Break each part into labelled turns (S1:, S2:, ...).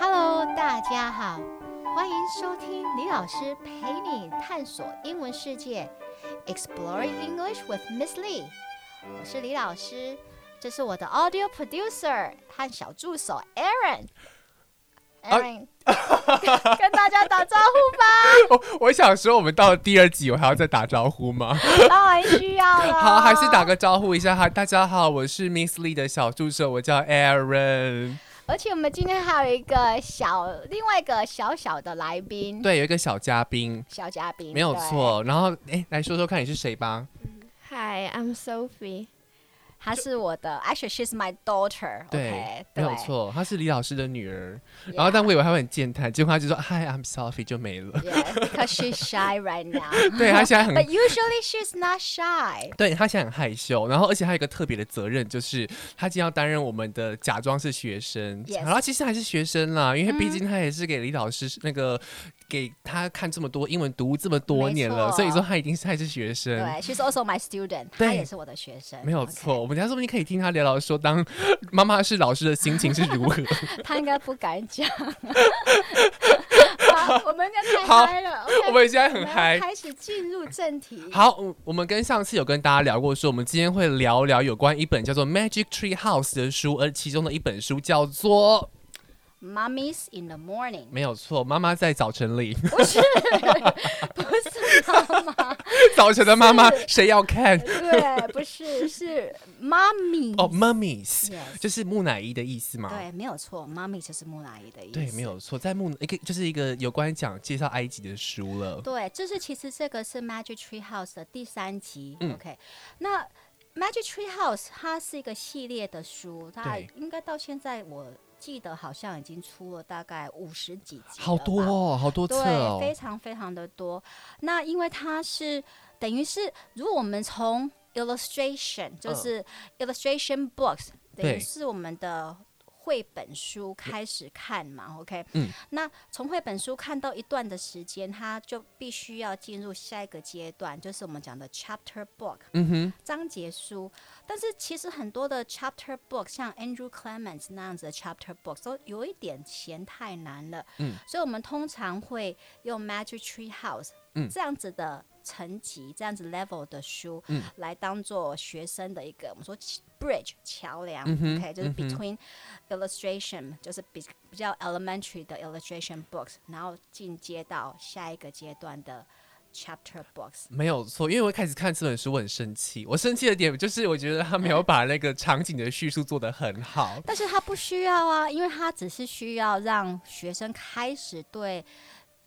S1: Hello，大家好，欢迎收听李老师陪你探索英文世界，Exploring English with Miss Lee。我是李老师，这是我的 Audio Producer 和小助手 Aaron。Aaron，、跟大家打招呼吧，
S2: 我想说，我们到了第二集，我还要再打招呼吗？
S1: 当然需要了。
S2: 好，还是打个招呼一下哈。大家好，我是 Miss Lee 的小助手，我叫 Aaron。
S1: 而且我们今天还有一个小，另外一个小小的来宾，
S2: 对，有一个小嘉宾，
S1: 小嘉宾，
S2: 没有
S1: 对。
S2: 错。然后，哎，来说说看你是谁吧。
S3: Hi, I'm Sophie。
S1: 她是我的，actually she's my daughter，
S2: 对
S1: OK，
S2: 没
S1: 对
S2: 有错，她是李老师的女儿。
S1: Yeah，
S2: 然后，但我以为她会很健谈，结果她就说 “Hi, I'm Sophie” 就没了。
S1: Yes，because she's shy right now。
S2: 对，她现在
S1: But
S2: 很。
S1: usually she's not shy。
S2: 对她现在很害羞，然后而且还有一个特别的责任，就是她今天要担任我们的假装是学生，
S1: Yes 嗯
S2: 然后其实还是学生啦，因为毕竟她也是给李老师那个给她看这么多英文读这么多年
S1: 没
S2: 了，
S1: 错
S2: 所以说她一定是还是学生
S1: 对。，she's also my student。
S2: 对
S1: 她也是我的学生。
S2: 没有错，我们家说不定可以听她聊聊说，当妈妈是老师的心情是如 何。
S1: OK。她应该不敢 讲。好，我们现在
S2: 好
S1: 太嗨了。
S2: 我
S1: OK，
S2: 们现在
S1: 我
S2: 很
S1: 们
S2: 嗨，
S1: 开始进入正题。
S2: 好，嗯我们跟上次有跟大家聊过说我们今天会聊聊有关一本叫做《Magic Tree House》的书，而其中的一本书叫做
S1: Mommy's in the morning。
S2: 没有错，《妈妈在早晨里》
S1: 不是，不是妈妈，
S2: 早晨的妈妈谁 要看？
S1: 对，不是，是妈咪。
S2: 哦，，mummies，
S1: Yes
S2: 就是木乃伊的意思嘛？
S1: 对，没有错，妈咪就是木乃伊的意思。
S2: 对，没有错，在木一个就是一个有关讲介绍埃及的书了。
S1: 对，就是其实这个是 Magic Tree House 的第三集。
S2: 嗯
S1: OK，那 Magic Tree House 它是一个系列的书，它
S2: 对
S1: 应该到现在我记得好像已经出了大概五十几集，
S2: 好多。哦，好多册
S1: 对，非
S2: 哦。
S1: 常非常的多。那因为它是等于是，如果我们从 illustration 就
S2: 嗯
S1: 是 illustration books，、等于
S2: 对
S1: 是我们的绘本书开始看嘛，OK？
S2: 嗯，
S1: 那从绘本书看到一段的时间，它就必须要进入下一个阶段，就是我们讲的 chapter book
S2: 嗯哼，
S1: 章节书。但是其实很多的 chapter book，像 Andrew Clements 那样子的 chapter book，都有一点嫌太难了。
S2: 嗯，
S1: 所以我们通常会用 Magic Tree House
S2: 嗯
S1: 这样子的层级、这样子 level 的书，
S2: 嗯
S1: 来当做学生的一个我们说 bridge 桥梁、
S2: 嗯哼
S1: o k 就是
S2: 嗯哼
S1: between illustration，、就是比比较 elementary 的 illustration books，然后进阶到下一个阶段的 chapter books。
S2: 没有错，因为我一开始看这本书，我很生气。我生气的点就是，我觉得他没有把那个场景的叙述做得很 好。
S1: 但是他不需要啊，因为他只是需要让学生开始对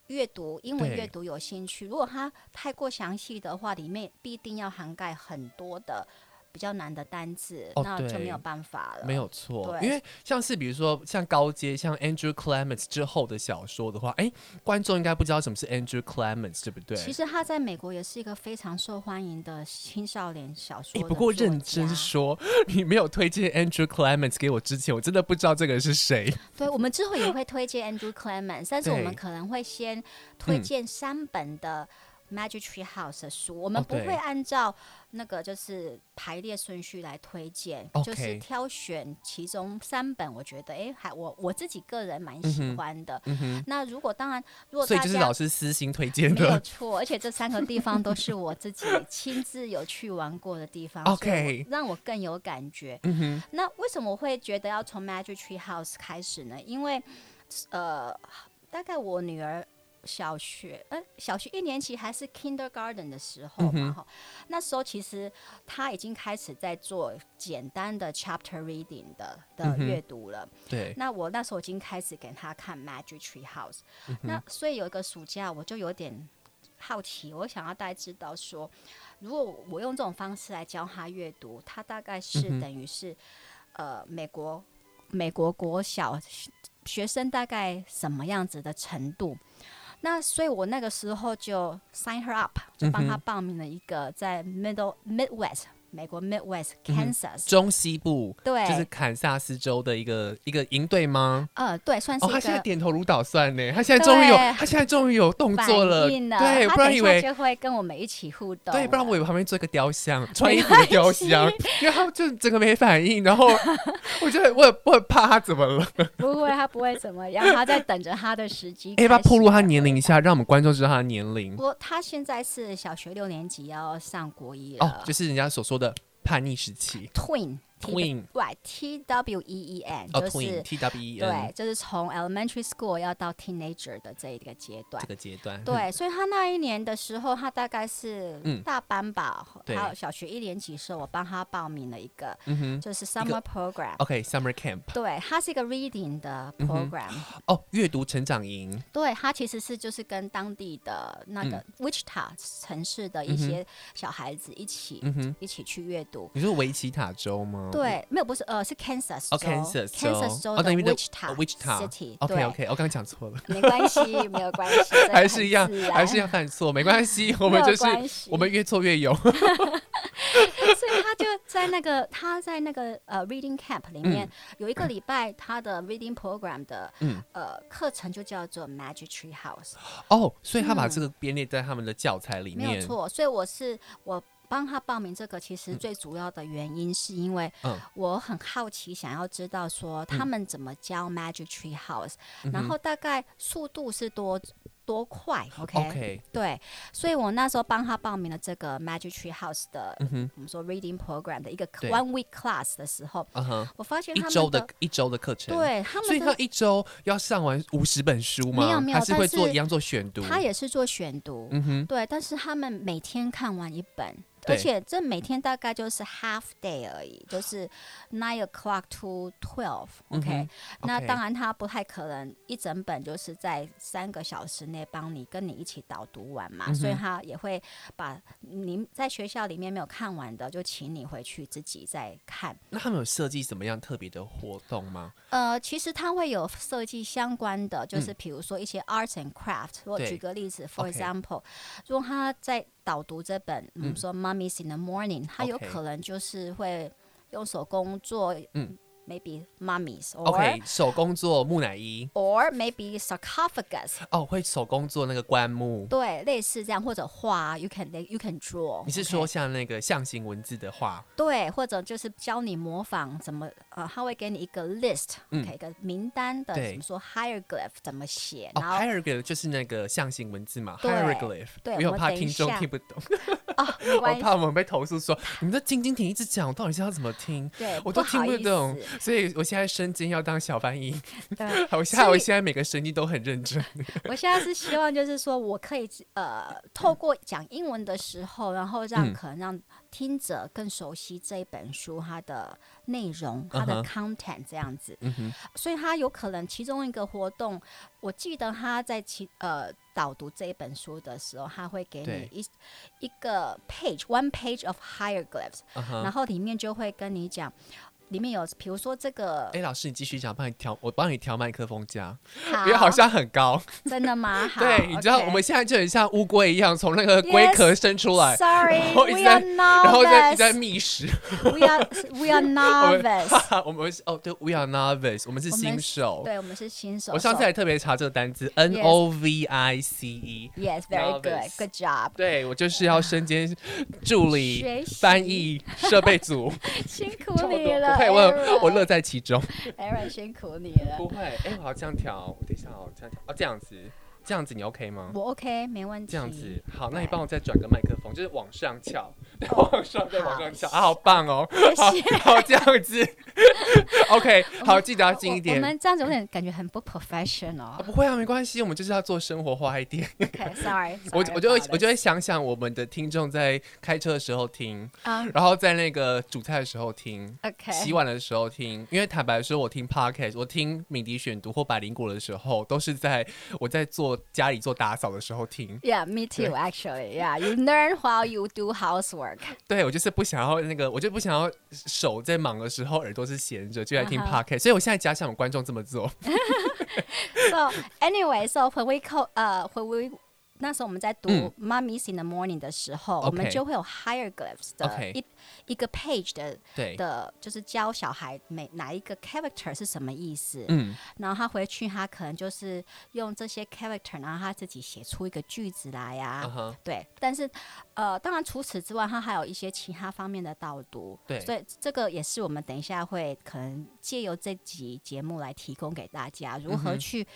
S1: 阅读英文
S2: 对
S1: 阅读有兴趣。如果他太过详细的话，里面必定要涵盖很多的比较难的单字，
S2: 哦
S1: 那就
S2: 对
S1: 没有办法了。
S2: 没有错，
S1: 对
S2: 因为像是比如说像高阶，像 Andrew Clements 之后的小说的话，哎，观众应该不知道什么是 Andrew Clements，对不对？
S1: 其实他在美国也是一个非常受欢迎的青少年小说
S2: 诶
S1: 的
S2: 不过
S1: 作
S2: 认真
S1: 家
S2: 说， 你没有推荐 Andrew Clements 给我之前，我真的不知道这个人是谁。
S1: 对，我们之后也会推荐 Andrew Clements，但是我们
S2: 对
S1: 可能会先推
S2: 嗯
S1: 荐三本的 Magic Tree House 的书，我们
S2: 哦
S1: 不会
S2: 对
S1: 按照那个就是排列顺序来推荐，就是
S2: OK
S1: 挑选其中三本，我觉得哎，诶还我我自己个人蛮喜
S2: 嗯哼
S1: 欢的。
S2: 嗯哼，
S1: 那如果当然，如果
S2: 所以
S1: 大
S2: 就是
S1: 家
S2: 老师私心推荐
S1: 没有
S2: 的。
S1: 错，而且这三个地方都是我自己亲自有去玩过的地 方
S2: OK
S1: 所以我让我更有感觉。
S2: 嗯哼，
S1: 那为什么我会觉得要从 Magic Tree House 开始呢？因为，呃，大概我女儿小学，呃，小学一年级还是 Kindergarten 的时候嘛，
S2: 嗯哼
S1: 哈、那时候其实她已经开始在做简单的 chapter reading 的
S2: 嗯
S1: 的
S2: 哼
S1: 阅读了。
S2: 对，
S1: 那我那时候已经开始给他看《Magic Tree House、那
S2: 嗯
S1: 所以有一个暑假，我就有点好奇，我想要大家知道说，如果我用这种方式来教他阅读，他大概是
S2: 嗯哼
S1: 等于是、呃美国美国国小学生大概什么样子的程度？那所以我那个时候就 sign her up，就帮他
S2: 嗯哼
S1: 报名了一个在 Middle Midwest 美国 Midwest
S2: 嗯
S1: Kansas，、
S2: 中西部，
S1: 对，
S2: 就是堪萨斯州的一个一个营队吗？
S1: 呃，对，算是
S2: 哦，
S1: 一
S2: 他现在
S1: 个
S2: 点头如捣蒜呢，他现在终于有，
S1: 对
S2: 他现在终于有动
S1: 反
S2: 作了，
S1: 应了
S2: 对，
S1: 他
S2: 不然
S1: 等一
S2: 以
S1: 下
S2: 为
S1: 就会跟我们一起互动了，
S2: 对，不然我以为旁边做一个雕像，穿衣服的雕像，因为他就整个没反应，然后 我就很我很我很怕他怎么了，
S1: 不会，他不会怎么样，他在等着他的时 机。
S2: 哎，要不要暴露他年龄一？下，让我们观众知道他的年龄？
S1: 我他现在是小学六年级，要上国一了。
S2: 哦，就是人家所说的叛逆时期
S1: twin
S2: ，twin，
S1: right T W E E N，
S2: 哦
S1: 就是
S2: ，twin，T W E
S1: 对
S2: N，
S1: 就是从 elementary school 要到 teenager 的这一个阶段
S2: 这。个阶段，
S1: 对，所以他那一年的时候，他大概是
S2: 嗯
S1: 大班吧，
S2: 对
S1: 还有小学一年级的时候，我帮他报名了一个
S2: 嗯哼
S1: 就是 summer program，
S2: ，OK，summer camp，
S1: 对，它是一个 reading 的 program，、
S2: 哦，阅读成长营，
S1: 对，它其实是就是跟当地的那个
S2: 嗯
S1: Wichita 城市的一些小孩子一起、
S2: 嗯哼，
S1: 一起去阅读。
S2: 你说维奇塔州吗？
S1: 对，没有不是呃是 Kansas 州
S2: 哦，Kansas 州
S1: Kansas 州
S2: 哦
S1: 的
S2: 那边的
S1: Wichita City，
S2: ，Wichita，OK
S1: 对，
S2: OK，我刚刚讲错了，
S1: 没关系，没有关系，这
S2: 还
S1: 很
S2: 是一样
S1: 自，
S2: 还是
S1: 然
S2: 要犯错，没 关系，我
S1: 没
S2: 们
S1: 有
S2: 就是
S1: 关系
S2: 我们越挫越勇，
S1: 所以他就在那个他在那个呃 reading camp 里面、有一个礼拜，他的 reading program 的、
S2: 嗯
S1: 呃课程就叫做 Magic Tree House，
S2: 哦，所以他把这个编列在他们的教材里
S1: 嗯没有
S2: 面，
S1: 错。所以我是我帮他报名这个，其实最主要的原因是因为
S2: 嗯
S1: 我很好奇，想要知道说他们怎么教 Magic Tree House，、然
S2: 嗯
S1: 后大概速度是多多快，OK？,
S2: OK，
S1: 对，所以我那时候帮他报名了这个 Magic Tree House 的、
S2: 嗯哼，
S1: 我们说 reading program 的一个
S2: 对
S1: one week class 的时候，
S2: 嗯哼，
S1: 我发现
S2: 一
S1: 他
S2: 周
S1: 们
S2: 的一周的课程，，
S1: 对他
S2: 所
S1: 们
S2: 以他
S1: 的。
S2: 一周要上完五十本书吗？
S1: 没有没有
S2: 还是
S1: 但
S2: 会做
S1: 是
S2: 一样做选读，
S1: 他也是做选读，
S2: 嗯哼，
S1: 对，但是他们每天看完一本，
S2: 对
S1: 而且这每天大概就是 half day 而已，就是 nine o'clock to twelve、
S2: 嗯
S1: OK，、
S2: 哼
S1: 那
S2: OK
S1: 当然他不太可能一整本就是在三个小时内帮你跟你一起导读完嘛，
S2: 嗯哼
S1: 所以他也会把你在学校里面没有看完的，就请你回去自己再看。
S2: 那他们有设计什么样特别的活动吗？
S1: 呃，其实它会有设计相关的，就
S2: 嗯
S1: 是比如说一些 arts and craft。我
S2: 对
S1: 举个例子，for
S2: OK
S1: example，如果他在导读这本，我们说《Mummies in the Morning》，他有
S2: 嗯 OK
S1: 可能就是会用手工做，
S2: 嗯
S1: ，maybe mummies or
S2: OK，手工做木乃伊
S1: or maybe sarcophagus，
S2: 哦，会手工做那个棺木。
S1: 对，类似这样或者画，you can you can draw。
S2: 你是说像那个象形文字的画？
S1: 对，或者就是教你模仿怎么呃，他会给你一个 list，
S2: 嗯
S1: OK，一个名单的，
S2: 对
S1: 怎么说 hieroglyph 怎么写，
S2: 哦
S1: 然后
S2: ，hieroglyph 就是那个象形文字嘛
S1: 对
S2: ，hieroglyph。
S1: 对
S2: 因为
S1: 我
S2: 我
S1: 们
S2: 怕
S1: 等一
S2: 听众
S1: 下
S2: 听不懂，
S1: 啊，没
S2: 我
S1: 关系
S2: 怕。我们被投诉说你们这晶晶婷一直讲，我到底是要怎么听？
S1: 对，
S2: 我都
S1: 不
S2: 听
S1: 好
S2: 不
S1: 意
S2: 懂
S1: 思，
S2: 所以我现在身兼要当小翻译，
S1: 对，啊
S2: 我现在
S1: 所
S2: 我
S1: 以
S2: 现在每个声音都很认真。
S1: 我现在是希望就是说我可以呃，透过讲英文的时候，然后让
S2: 嗯
S1: 可能让听者更熟悉这一本书它的内容、它
S2: 嗯
S1: 的 content 这样子。
S2: 嗯哼，
S1: 所以他有可能其中一个活动，我记得他在其呃导读这一本书的时候，他会给
S2: 对
S1: 你一一个 page one page of hieroglyphs，、
S2: 嗯
S1: 然
S2: 哼。
S1: 后里面就会跟你讲，里面有比如说这个
S2: 哎，老师，你继续讲，帮你调，我帮你调麦克风架，
S1: 好
S2: 因为好像很高。
S1: 真的吗？好
S2: 对，你知道
S1: OK
S2: 我们现在就很像乌龟一样从那个龟壳
S1: Yes
S2: 伸出来
S1: Sorry,
S2: 然后一直
S1: we
S2: 在
S1: are
S2: 然后在在
S1: novice.
S2: 觅食。
S1: we are we are
S2: 我们
S1: novice.
S2: 我们是哦，对，we are novice，我们是
S1: 我们
S2: 新
S1: 是
S2: 手。
S1: 对，我们是新手。
S2: 我上次还特别查这个单词 N O V I C E，
S1: yes, very good,
S2: novice
S1: good job.
S2: 对我就是要身兼助理
S1: 学、习
S2: 翻译、设备 组，
S1: 辛
S2: 差
S1: 苦
S2: 不多
S1: 你
S2: 不
S1: 了
S2: 会，我我乐
S1: ，Aaron。
S2: 在其中。
S1: Aaron 辛苦你了。
S2: 不会，哎，我要这样调，我等一下哦，这样调，哦，这样子，这样子你 OK 吗？
S1: 我 OK，没问题。
S2: 这样子，好，那
S1: 对
S2: 你帮我再转个麦克风，就是往上翘，
S1: 哦
S2: 往上再往上翘，啊，好棒哦， 好
S1: 谢谢，
S2: 好这样子 ，OK，好，记得要近一
S1: 我我
S2: 点。
S1: 们这样子有点感觉很不
S2: 啊，
S1: professional。
S2: 不会啊，没关系，我们就是要做生活化 一点。
S1: OK，sorry。
S2: 我我就会我就会想想我们的听众在开车的时候听，
S1: 啊
S2: 然后在那个煮菜的时候听。
S1: OK。
S2: 洗碗的时候听，因为坦白说，我听 podcast，我听敏迪选读或百灵果的时候，都是在我在做家里做打扫的时候听。
S1: Yeah, me too. Actually, yeah, you learn while you do housework.
S2: 对我就是不想要那个，我就不想要手在忙的时候耳朵是闲着，就在听
S1: 啊哈
S2: podcast，、所以我现在假想有观众这么做。
S1: So anyway, so when we call, uh, when we 那时候我们在读
S2: 嗯
S1: 《Mummies in the Morning》的时候，我们
S2: OK
S1: 就会有 hieroglyphs 的
S2: OK
S1: 一一个 page 的
S2: 对，
S1: 的，就是教小孩每哪一个 character 是什么意思。
S2: 嗯，
S1: 然后他回去，他可能就是用这些 character，然后他自己写出一个句子来啊呀、
S2: 嗯哼，
S1: 对，但是呃，当然除此之外，它还有一些其他方面的导读，
S2: 对
S1: 所以这个也是我们等一下会可能借由这集节目来提供给大家，如
S2: 嗯
S1: 何
S2: 哼嗯
S1: 去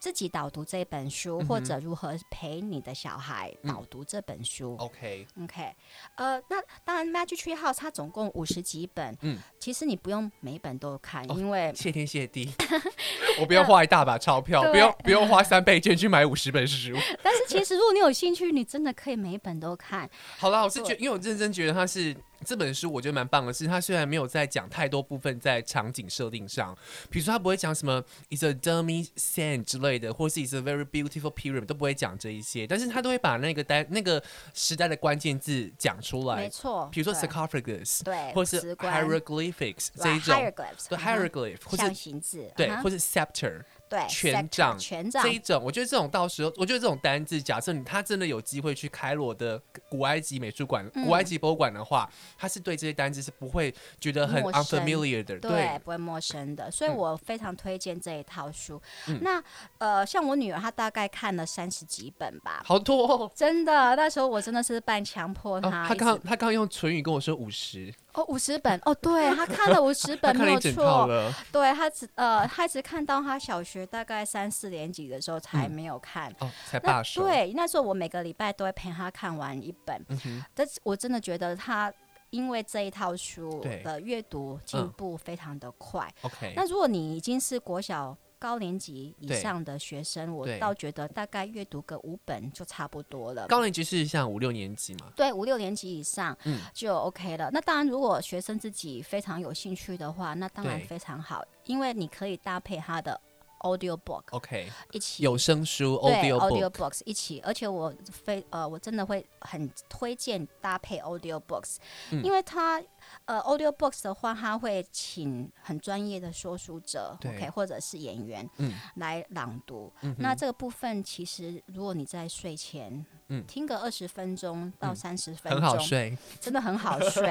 S1: 自己导读这本书，或者如何陪你的小孩导读这本书。
S2: OK，
S1: OK，呃，那当然，《Magic Tree House》它总共五十几本，
S2: 嗯，
S1: 其实你不用每一本都看，
S2: 哦
S1: 因为
S2: 谢天谢地， 我不要花一大把钞票，不用不用花三倍券去买五十本书。
S1: 但是其实如果你有兴趣，你真的可以每一本都看。
S2: 好啦，我是觉，因为我认真觉得它是这本书，我觉得蛮棒的是，它虽然没有在讲太多部分在场景设定上，比如说它不会讲什么 is a dummy sand 之类的，或是 is a very beautiful pyramid 都不会讲这一些，但是它都会把那个单那个时代的关键字讲出
S1: 没
S2: 来，
S1: 错，
S2: 比如说
S1: 对
S2: sarcophagus，
S1: 对，
S2: 或是
S1: 石棺
S2: hieroglyphics
S1: 对
S2: 这一种，
S1: hieroglyphs，
S2: 对
S1: 嗯
S2: hieroglyph 或
S1: 象
S2: 是
S1: 形字，
S2: 对
S1: 嗯哼
S2: 或是 scepter。
S1: 对
S2: 权
S1: sector，
S2: 杖
S1: 权
S2: 这一
S1: 杖，
S2: 种，我觉得这种到时候，我觉得这种单字，假设你他真的有机会去开罗的古埃及美术馆、
S1: 嗯
S2: 古埃及博物馆的话，他是对这些单字是不会觉得很
S1: 陌生
S2: unfamiliar 的。
S1: 对，不会陌生的，
S2: 嗯
S1: 所以我非常推荐这一套书。那呃，像我女儿她大概看了三十几本吧，
S2: 好多、 哦。
S1: 真的，那时候我真的是半强迫
S2: 哦、
S1: 她一
S2: 他
S1: 直，
S2: 刚他刚用唇语跟我说五十，
S1: 哦五十本哦，对她看了五 十
S2: 他
S1: 本
S2: 看
S1: 没
S2: 了一
S1: 有
S2: 整
S1: 错，
S2: 套了。
S1: 对她只呃她只看到她小学大概三四年级的时候才没有看。
S2: 哦，才
S1: 那
S2: 罢手。，
S1: 对，那时候我每个礼拜都会陪她看完一本，
S2: 嗯哼，
S1: 但是我真的觉得他因为这一套书
S2: 对
S1: 的阅读进
S2: 嗯
S1: 步非常的快。
S2: ，OK，
S1: 那如果你已经是国小高年级以
S2: 对
S1: 上的学生，我
S2: 对
S1: 倒觉得大概阅读个五本就差不多了。
S2: 高年级是像五六年级嘛？
S1: 对五六年级以上
S2: 嗯
S1: 就 OK 了。那当然，如果学生自己非常有兴趣的话，那当然
S2: 对
S1: 非常好，因为你可以搭配他的 audio book
S2: ，OK，
S1: 一起
S2: 有声书
S1: 对
S2: audio book，
S1: books 一起，而且我非呃，我真的会很推荐搭配 audio books，、
S2: 嗯
S1: 因为它呃 audio books 的话，它会请很专业的说书者
S2: 对
S1: ，OK，或者是演员
S2: 嗯
S1: 来朗读。
S2: 嗯
S1: 那
S2: 哼
S1: 这个部分其实，如果你在睡前。
S2: 嗯
S1: 听个二十分钟到三十分
S2: 很
S1: 钟，
S2: 好睡。
S1: 真的很好 睡，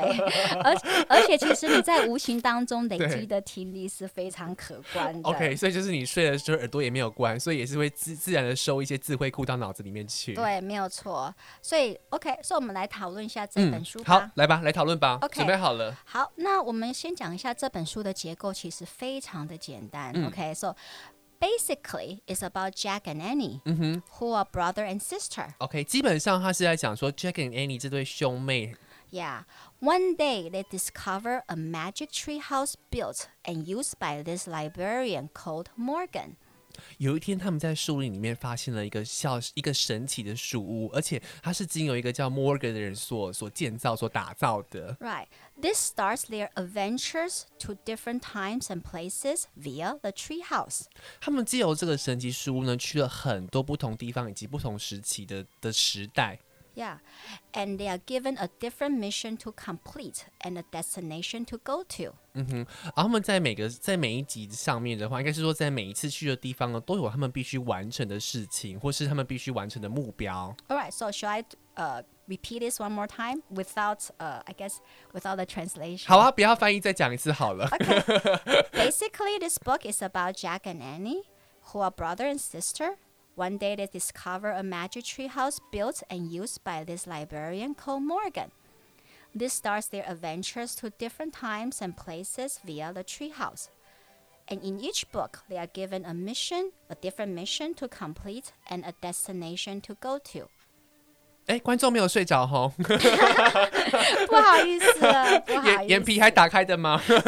S1: 而而且其实你在无形当中累积
S2: 对
S1: 的听力是非常可观的。
S2: OK，所以就是你睡的时候耳朵也没有关，所以也是会自自然的收一些智慧库到脑子里面去。
S1: 对，没有错。所以 OK，所以我们来讨论一下这本书
S2: 嗯好
S1: 吧。，
S2: 来吧，来讨论吧
S1: OK
S2: 准备好了。
S1: 好，那我们先讲一下这本书的结构，其实非常的简单。
S2: 嗯
S1: OK，so、basically it's about Jack and Annie
S2: 嗯哼
S1: who are brother and sister.
S2: ，OK，基本上他是在讲说 Jack and Annie 这对兄妹，
S1: Yeah, one day they discover a magic tree house built and used by this librarian called Morgan.
S2: 有一天他们在树林里面发现了一个像一个神奇的树屋，而且它是经由一个叫 Morgan 的人所所建造、所打造的。
S1: Right. This starts their adventures to different times and places via the tree house.
S2: 他们借由这个神奇树屋呢，去了很多不同地方以及不同时期的的时代。
S1: Yeah, and they are given a different mission to complete and a destination to go to.
S2: 嗯哼，然后他们在每个在每一集上面的话，应该是说在每一次去的地方呢，都有他们必须完成的事情，或是他们必须完成的目标。
S1: All right, so should I uh, repeat this one more time without, uh, I guess, without the translation?
S2: 好啊，不要翻译，再讲一次好了。
S1: Basically, this book is about Jack and Annie, who are brother and sister. One day they discover a magic tree house built and used by this librarian called Morgan. This starts their adventures to different times and places via the tree house. And in each book, they are given a mission, a different mission to complete, and a destination to go to.
S2: 哎，观众没有睡着吼，
S1: 不好意思了，不好
S2: 眼
S1: 意
S2: 眼
S1: 思，哎
S2: 皮还打开的吗？
S1: 对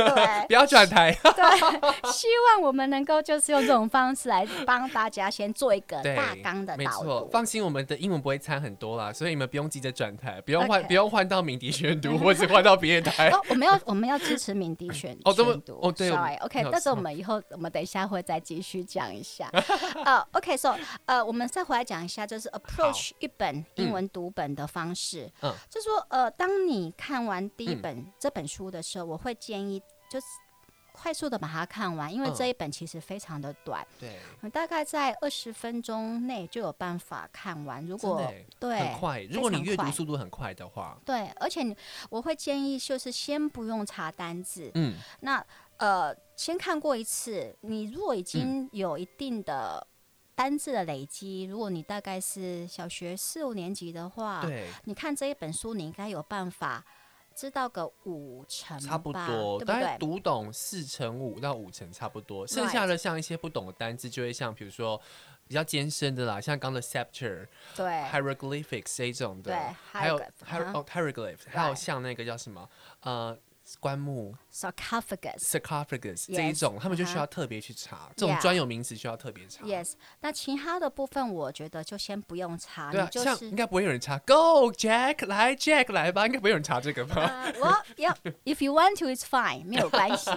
S2: 不要转台。
S1: 对， 希望我们能够就是用这种方式来帮大家先做一个
S2: 对，
S1: 大纲的
S2: 没
S1: 导
S2: 错，
S1: 读。
S2: 放心，我们的英文不会差很多啦，所以你们不用急着转台，不用换
S1: OK
S2: 不用换到鸣笛宣 读，或是换到别的台。
S1: 哦，我们要我们要支持敏迪选
S2: 哦这么
S1: 选读
S2: 哦对我们
S1: ，sorry OK，
S2: 没有
S1: 但是我
S2: 错
S1: 们以后我们等一下会再继续讲一 下。呃，OK，so 呃，我们再回来讲一下，就是 approach 一本英文读本的方式。
S2: 嗯
S1: 就说呃，当你看完第一
S2: 嗯
S1: 本这本书的时候，我会建议就是快速的把它看完，因为
S2: 嗯
S1: 这一本其实非常的短，
S2: 对，
S1: 我大概在二十分钟内就有办法看完。如
S2: 真的
S1: 果
S2: 欸
S1: 对
S2: 很快。如果
S1: 非
S2: 你
S1: 常
S2: 阅读
S1: 快
S2: 速度很快的话，
S1: 对，而且你我会建议就是先不用查单字，
S2: 嗯，
S1: 那呃，先看过一次，你如
S2: 嗯
S1: 果已经有一定的单字的累积，如果你大概是小学四五年级的话，
S2: 对，
S1: 你看这一本书，你应该有办法知道个五成吧，
S2: 差不多，
S1: 对
S2: 大
S1: 不对？
S2: 概读懂四成五到五成差不多，剩下的像一些不懂的单字，就会像比如说比较艰深的啦，像刚的 scepter、
S1: 对
S2: hieroglyphics 这一种的
S1: 哎对，
S2: 还有
S1: hieroglyph，
S2: 还有
S1: 嗯
S2: 哦 hieroglyph，还有像那个叫什么呃棺木
S1: ，sarcophagus。
S2: sarcophagus 这一种，
S1: Yes，
S2: 他们就需要
S1: 嗯
S2: 特别去查，这种
S1: Yeah
S2: 专有名词需要特别查。
S1: Yes，那其他的部分我觉得就先不用查，
S2: 对
S1: 你
S2: 啊，
S1: 就
S2: 像
S1: 是
S2: 应该不会有人查 Go Jack 来 Jack 来吧，应该不会有人查这个吧？
S1: 呃， 我要 if you want to it's fine，没有关系。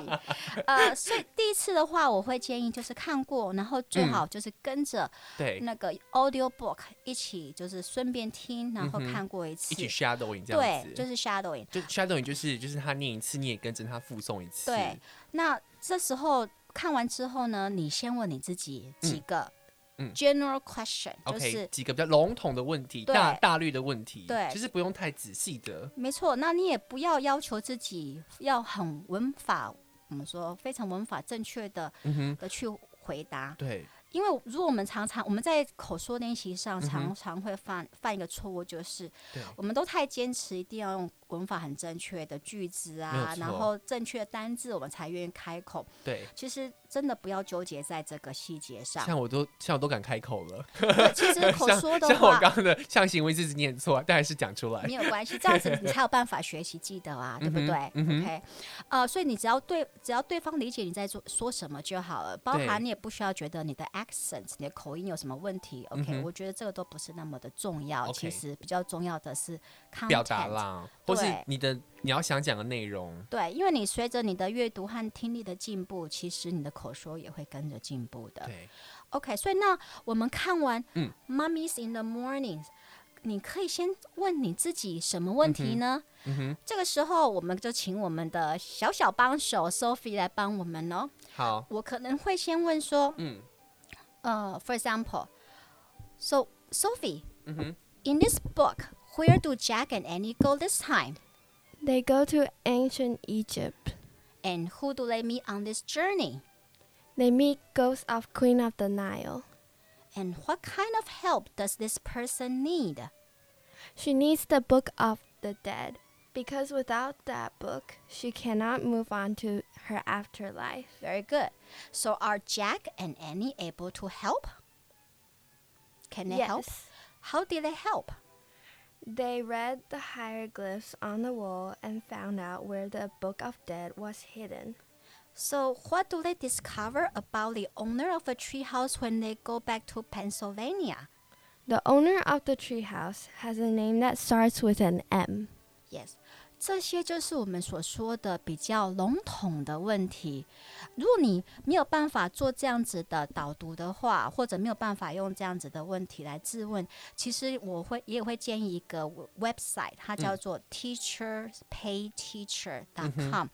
S1: 呃，所以第一次的话，我会建议就是看过，然后
S2: 嗯
S1: 最好就是跟着
S2: 对，
S1: 那个 audio book 一起，就是顺便听，然后
S2: 嗯哼
S1: 看过一次。
S2: 一起 shadowing 这样
S1: 对
S2: 子，，
S1: 就是 shadowing。
S2: 就 shadowing 就是就是他念一次，你也跟着他附送一次。
S1: 对，那这时候看完之后呢，你先问你自己几个
S2: 嗯
S1: general question，、就
S2: OK，
S1: 是
S2: 几个比较笼统的问题，
S1: 对
S2: 大大律的问题，
S1: 对
S2: 就是不用太仔细的。
S1: 没错，那你也不要要求自己要很文法，我们说非常文法正确的
S2: 嗯哼，
S1: 的去回答。
S2: 对，
S1: 因为如果我们常常我们在口说练习上
S2: 嗯哼
S1: 常常会犯犯一个错误，就是
S2: 对
S1: 我们都太坚持一定要用文法很正确的句子
S2: 没有
S1: 啊
S2: 错，
S1: 然后正确的单字我们才愿意开口。
S2: 对。
S1: 其实真的不要纠结在这个细节上。
S2: 像我都像我都敢开口了，
S1: 对其实口
S2: 像
S1: 说的
S2: 像我
S1: 话
S2: 刚刚的象形文字是念错，但还是讲出来。
S1: 没有关系，这样子你才有办法学习记得 啊，对不
S2: 嗯哼
S1: 对、
S2: 嗯哼
S1: o k 呃，所以你只要对只要对方理解你在说说什么就好了，包
S2: 对
S1: 含你也不需要觉得你的 accent、你的口音有什么问题。OK，、
S2: 嗯哼
S1: 我觉得这个都不是那么的重要
S2: OK
S1: 其实比较重要的是 content,
S2: 表达啦，或是
S1: 对
S2: 你的你要想讲的内容，
S1: 对，因为你随着你的阅读和听力的进步，其实你的口说也会跟着进步的。
S2: 对，
S1: OK，所以那我们看完
S2: 嗯
S1: 《Mummies in the Morning》，你可以先问你自己什么问题呢？这个时候我们就请我们的小小帮手 Sophie 来帮我们哦。
S2: 好，
S1: 我可能会先问说，
S2: 嗯
S1: 呃，For example，So Sophie，
S2: 嗯哼
S1: in this book。Where do Jack and Annie go this time?
S3: They go to ancient Egypt.
S1: And who do they meet on this journey?
S3: They meet ghosts of Queen of the Nile.
S1: And what kind of help does this person need?
S3: She needs the Book of the Dead because without that book, she cannot move on to her afterlife.
S1: Very good. So are Jack and Annie able to help? Can they help?
S3: Yes.
S1: How did they help?
S3: They read the hieroglyphs on the wall and found out where the Book of Dead was hidden.
S1: So what do they discover about the owner of a treehouse when they go back to Pennsylvania?
S3: The owner of the treehouse has a name that starts with an M.
S1: Yes. 这些就是我们所说的比较笼统的问题。如果你没有办法做这样子的导读的话，或者没有办法用这样子的问题来质问，其实我会也会建议一个 we- website，它叫做 teacherspayteacher.com，、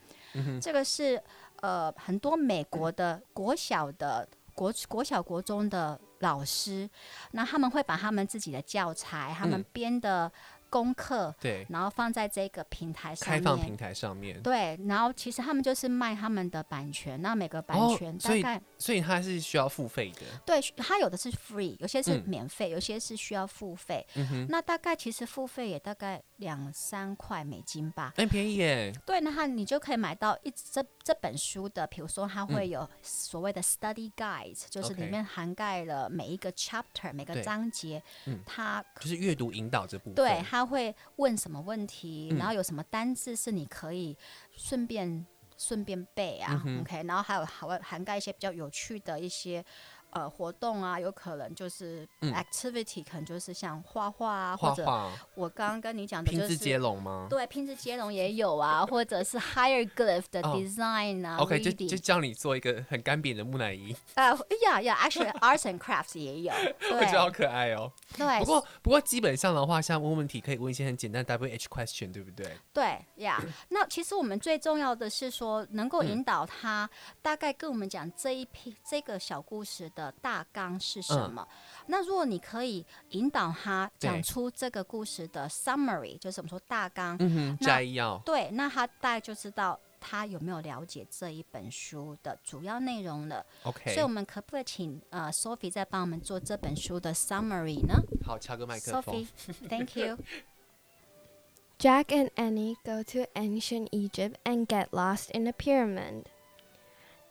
S1: 这个是呃很多美国的国小的国国小国中的老师，那他们会把他们自己的教材、他们
S2: 嗯
S1: 编的功课。
S2: 对，
S1: 然后放在这个平台上
S2: 开
S1: 面。
S2: 放平台上面，
S1: 对，然后其实他们就是卖他们的版权，那每个版
S2: 哦
S1: 权
S2: 所
S1: 大
S2: 以
S1: 概、
S2: 所以它是需要付费的，
S1: 对，它有的是 free，有些是
S2: 嗯
S1: 免费，有些是需要付费。
S2: 嗯哼，
S1: 那大概其实付费也大概两三块美金吧。
S2: 很便宜耶，
S1: 对，那它你就可以买到一这这本书的，比如说它会有所谓的 study guide，、就是里
S2: 嗯 OK
S1: 面涵盖了每一个 chapter 每个
S2: 对
S1: 章节，
S2: 嗯
S1: 它
S2: 就是阅读引导这部分，
S1: 对，他会问什么问题，
S2: 嗯
S1: 然后有什么单字是你可以顺便顺便背啊、
S2: 嗯哼
S1: o k 然后还有还会涵盖一些比较有趣的一些呃活动啊，有可能就是
S2: 嗯
S1: activity，、可能就是像画画啊，
S2: 画
S1: 或者
S2: 画、
S1: 我刚刚跟你讲的
S2: 拼
S1: 就
S2: 字接
S1: 是。
S2: 龙吗
S1: 对，拼字接龙也有啊，或者是 hieroglyph 的
S2: 哦
S1: design 啊、
S2: ？OK，就
S1: reading
S2: 就叫你做一个很干瘪的木乃伊，
S1: 呃呀呀，actually arts and crafts 也有，
S2: 我觉得
S1: 对
S2: 好
S1: 哎
S2: 可爱哦。
S1: 对，
S2: 不过不过基本上的话，像问问题可以问一些很简单的 WH question，对不对？
S1: 对呀
S2: 嗯
S1: 那其实我们最重要的是说，能够引导他大概跟我们讲这一篇这个小故事的大纲是什
S2: 嗯
S1: 么。那如果你可以引导他讲
S2: 对
S1: 出这个故事的 summary，就是我们说大纲，
S2: 嗯哼，
S1: 那
S2: 摘要。
S1: 对，那他大概就知道他有没有了解这一本书的主要内容了。
S2: OK，
S1: 所以，我们可不可以请呃 Sophie 再帮我们做这本书的 summary 呢
S2: 好，敲个麦克风。
S1: ？Sophie，thank you。
S3: Jack and Annie go to ancient Egypt and get lost in a pyramid.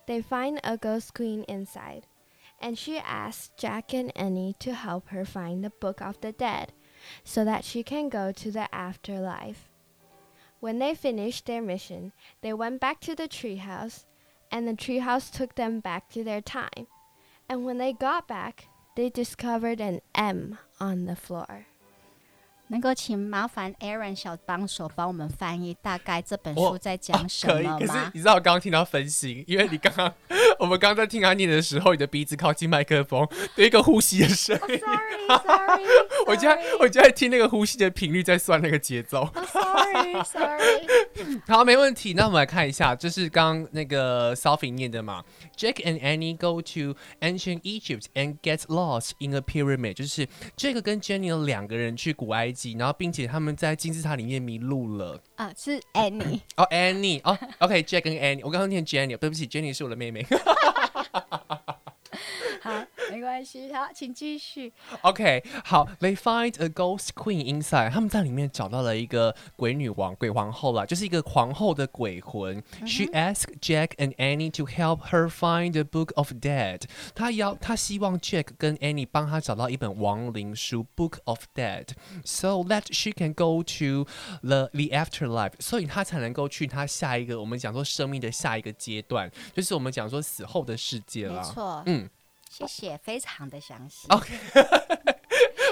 S3: They find a ghost queen inside, and she asks Jack and Annie to help her find the Book of the Dead so that she can go to the afterlife. When they finished their mission, they went back to the treehouse, and the treehouse took them back to their time. And when they got back, they discovered an M on the floor.
S1: 能够请麻烦 Aaron 小帮手帮我们翻译大概这本
S2: 我
S1: 书在讲什
S2: 哦啊可以，
S1: 么
S2: 可是
S1: 吗？
S2: 你知道我刚刚听到分心，因为你刚 刚我们刚刚在听他念的时候，你的鼻子靠近麦克风， 有一个呼吸的声 音。
S1: Sorry，Sorry，
S2: 我就在我就在听那个呼吸的频率，在算那个节奏。
S1: Sorry，Sorry，
S2: 好，没问题。那我们来看一下，就是刚刚那个 Sophie 念的嘛。Jack and Annie go to ancient Egypt and get lost in a pyramid，就是 Jack 跟 Jenny 两个人去古埃及，然后并且他们在金字塔里面迷路了。
S1: 啊，是 Annie，
S2: 哦、a n n i e 哦、o k j a c k 跟 Annie，我刚刚念 Jenny，对不起，Jenny 是我的妹妹。
S1: 好，没关系，好，请继续。
S2: OK，好，They find a ghost queen inside。他们在里面找到了一个鬼女王、鬼皇后啦，就是一个皇后的鬼魂。She
S1: 嗯
S2: asked Jack and Annie to help her find the Book of Dead。她要，她希望 Jack 跟 Annie 帮她找到一本亡灵书《Book of Dead》，so that she can go to the the afterlife。所以她才能够去她下一个我们讲说生命的下一个阶段，就是我们讲说死后的世界
S1: 没
S2: 啦。
S1: 错，
S2: 嗯，哦
S1: 谢谢，非常的详细。
S2: OK，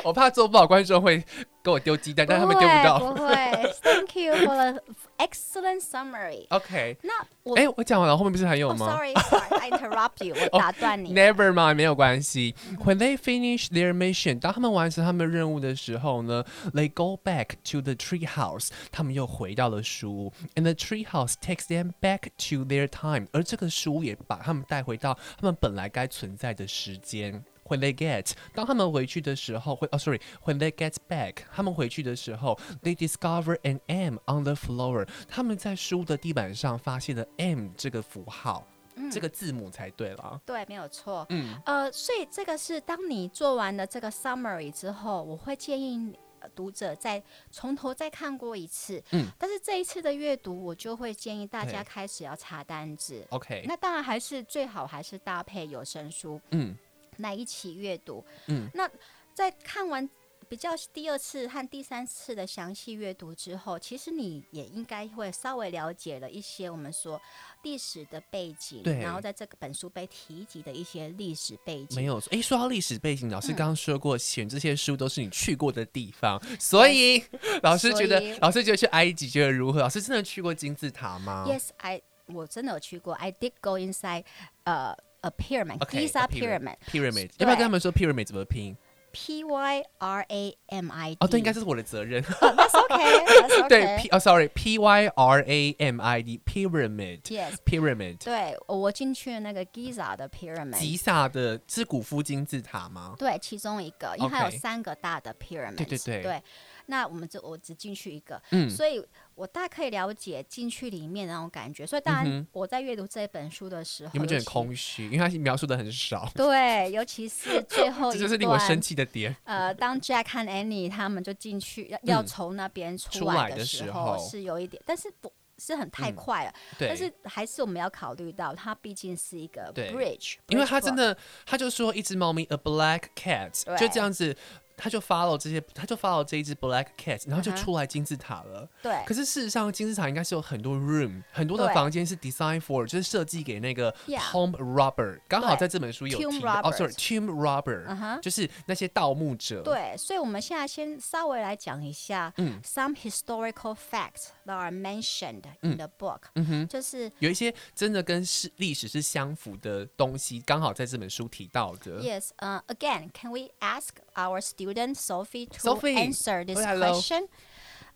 S2: 我怕做不好，观众会给我丢鸡蛋，但他们丢不
S1: 不
S2: 到。
S1: 会，Thank you for the excellent summary。
S2: OK，
S1: 那我
S2: 哦哎、我讲完了，后面不是还有
S1: 哦
S2: 吗、
S1: ，Sorry，Sorry，I interrupt you，我 打断你
S2: n。e v e r mind，没有关系。When they finish their mission，当他们完成他们的任务的时候呢，they go back to the tree house，他们又回到了书屋，and the tree house takes them back to their time，而这个书屋也把他们带回到他们本来该存在的时间。When they get，当他们回去的时候，会哦，sorry，when they get back，他们回去的时候，they discover an M on the floor，他们在书的地板上发现了 M 这个符号，这个字母才对啦。
S1: 对，没有错。
S2: 嗯，
S1: 呃，所以这个是当你做完了这个 summary 之后，我会建议你呃读者再从头再看过一次。
S2: 嗯，
S1: 但是这一次的阅读，我就会建议大家
S2: 对
S1: 开始要查单字。
S2: OK，
S1: 那当然还是最好还是搭配有声书
S2: 嗯
S1: 来一起阅读。
S2: 嗯，
S1: 那在看完。比较第二次和第三次的详细阅读之后，其实你也应该会稍微了解了一些我们说历史的背景，
S2: 对
S1: 然后在这个本书被提及的一些历史背景。
S2: 没有错。诶，说到历史背景，老师刚刚说过，选这些书都是你去过的地方，所以 老师觉得
S1: 所以，
S2: 老师觉得去埃及觉得如何？老师真的去过金字塔吗
S1: Yes, I 我真的有去过。I did go inside 呃、a pyramid,
S2: OK，
S1: Giza
S2: a pyramid
S1: pyramid,
S2: Pyramid，
S1: 对
S2: 要不要跟他们说 pyramid 怎么拼？
S1: P Y R A M I D。
S2: 哦，对，应该这是我的 责任。
S1: Oh, that's okay. That's okay.
S2: 对，P 哦，sorry，P Y R A M I D，pyramid，pyramid。
S1: Yes，对我进去了那个 Giza 的 pyramid，
S2: 吉萨的是古夫金字塔吗？
S1: 对，其中一个，因为
S2: OK
S1: 它有三个大的 pyramid，
S2: 对对对
S1: 那我们只我只进去一个，
S2: 嗯
S1: 所以我大概可以了解进去里面的那种感觉。所以当
S2: 嗯
S1: 然我在阅读这本书的时候，
S2: 你们觉得
S1: 尤
S2: 很
S1: 其
S2: 空虚，因为它描述的很少，
S1: 对，尤其是最后 哦一
S2: 这就是令我
S1: 段
S2: 生气的点。
S1: 呃，当 Jack 和 Annie 他们就进去要要
S2: 嗯
S1: 从那边出
S2: 出
S1: 来
S2: 来
S1: 的
S2: 的
S1: 时
S2: 时
S1: 候，
S2: 候
S1: 是有一点，但是不是很太
S2: 嗯
S1: 快了。
S2: 对，
S1: 但是还是我们要考虑到，它毕竟是一个
S2: 对
S1: bridge，
S2: 因为
S1: bridge
S2: 他真
S1: cross-
S2: 的，他就说一只猫咪 a black cat，
S1: 对
S2: 就这样子他就 follow 这些，他就 follow 这一只 Black Cat，然后就
S1: 嗯哼
S2: 出来金字塔了。
S1: 对，
S2: 可是事实上，金字塔应该是有很多 room，很多的
S1: 对
S2: 房间是 design for，就是设计给那个
S1: Yeah
S2: tomb robber。刚好
S1: 对
S2: 在这本书有
S1: Tomb
S2: 提到，哦
S1: robbers
S2: ，sorry，tomb robber，、
S1: 嗯哼
S2: 就是那些盗墓者。，
S1: 对，所以我们现在先稍微来讲一下、
S2: 嗯
S1: some historical facts that are mentioned
S2: 嗯
S1: in the book，、
S2: 嗯哼，
S1: 就是
S2: 有一些真的跟是历史是相符的东西，刚好在这本书提到的。
S1: Yes. Uh, again, can we ask our student Sophie to
S2: Sophie,
S1: answer this
S2: hola, hello.
S1: question?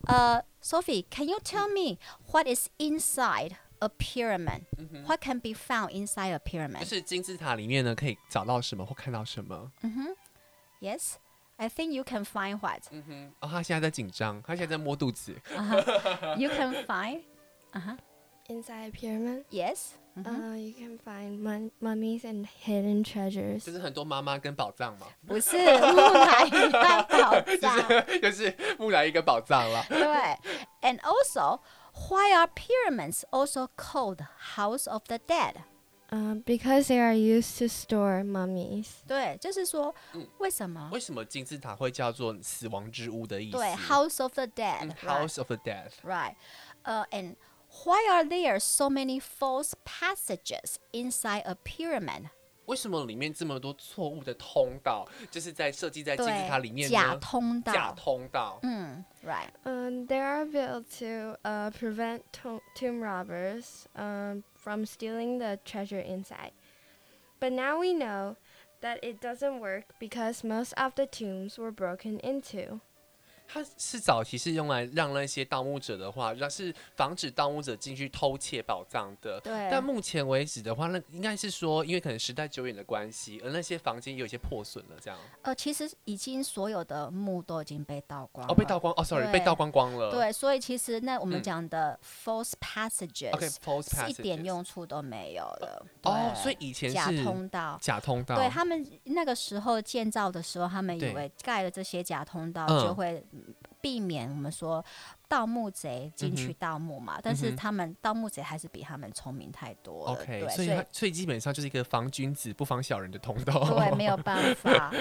S1: Uh, Sophie, can you tell me what is inside a pyramid?
S2: Mm-hmm.
S1: What can be found inside a
S2: 就
S1: pyramid?
S2: 是金字塔里面呢，可以找到什么或看到什么？
S1: Yes. I think you can find what
S2: 哦，他现在在紧张，他现在在摸 肚子。Mm-hmm.
S1: you can find.
S3: Inside a pyramid,
S1: Yes.
S3: uh, you can find mun- mummies and hidden
S2: 就
S3: treasures.
S2: 是很多妈妈跟宝藏嘛，
S1: 不是 木乃伊大宝藏，
S2: 就是木乃伊跟宝藏啦。
S1: 对。And also, why are pyramids also called House of the Dead?
S3: Uh, because they are used to store mummies.
S1: 对，就是说，为什么？
S2: 为什么金字塔会叫做死亡之屋的意思？
S1: 对，House of the Dead、
S2: 嗯 House of the Dead。
S1: right, right. Uh, and why are there so many false passages inside a pyramid？
S2: 为什么里面这么多错误的通道？就是在设计在金字塔里面
S1: 对，
S2: 呢
S1: 假通道。
S2: 假通道。
S1: 嗯，right，
S3: Um, they are built to uh, prevent to- tomb robbers um, from stealing the treasure inside. But now we know that it doesn't work because most of the tombs were broken into.
S2: 它是早期是用来让那些盗墓者的话，让是防止盗墓者进去偷窃宝藏的。
S1: 对
S2: 但目前为止的话，那应该是说，因为可能时代久远的关系，而那些房间有一些破损了，这样
S1: 呃，其实已经所有的墓都已经被盗光了。
S2: 哦，被盗光哦，sorry，
S1: 对
S2: 被盗光光了。
S1: 对，所以其实那我
S2: 嗯
S1: 们讲的 false passages、
S2: ，OK，false
S1: 是
S2: passages，
S1: 一点用处都没有了。
S2: 哦，
S1: 对
S2: 所以以前
S1: 假
S2: 是
S1: 通道。
S2: 假通道，
S1: 对他们那个时候建造的时候，他们以
S2: 对
S1: 为盖了这些假通道
S2: 嗯
S1: 就会避免我们说盗墓贼进
S2: 嗯
S1: 去
S2: 哼
S1: 盗墓嘛，但是
S2: 嗯哼
S1: 他们盗墓贼还是比他们聪明太多了。
S2: OK，
S1: 呃对，
S2: 所以它所以基本上就是一个防君子不防小人的通道。
S1: 对，没有办法。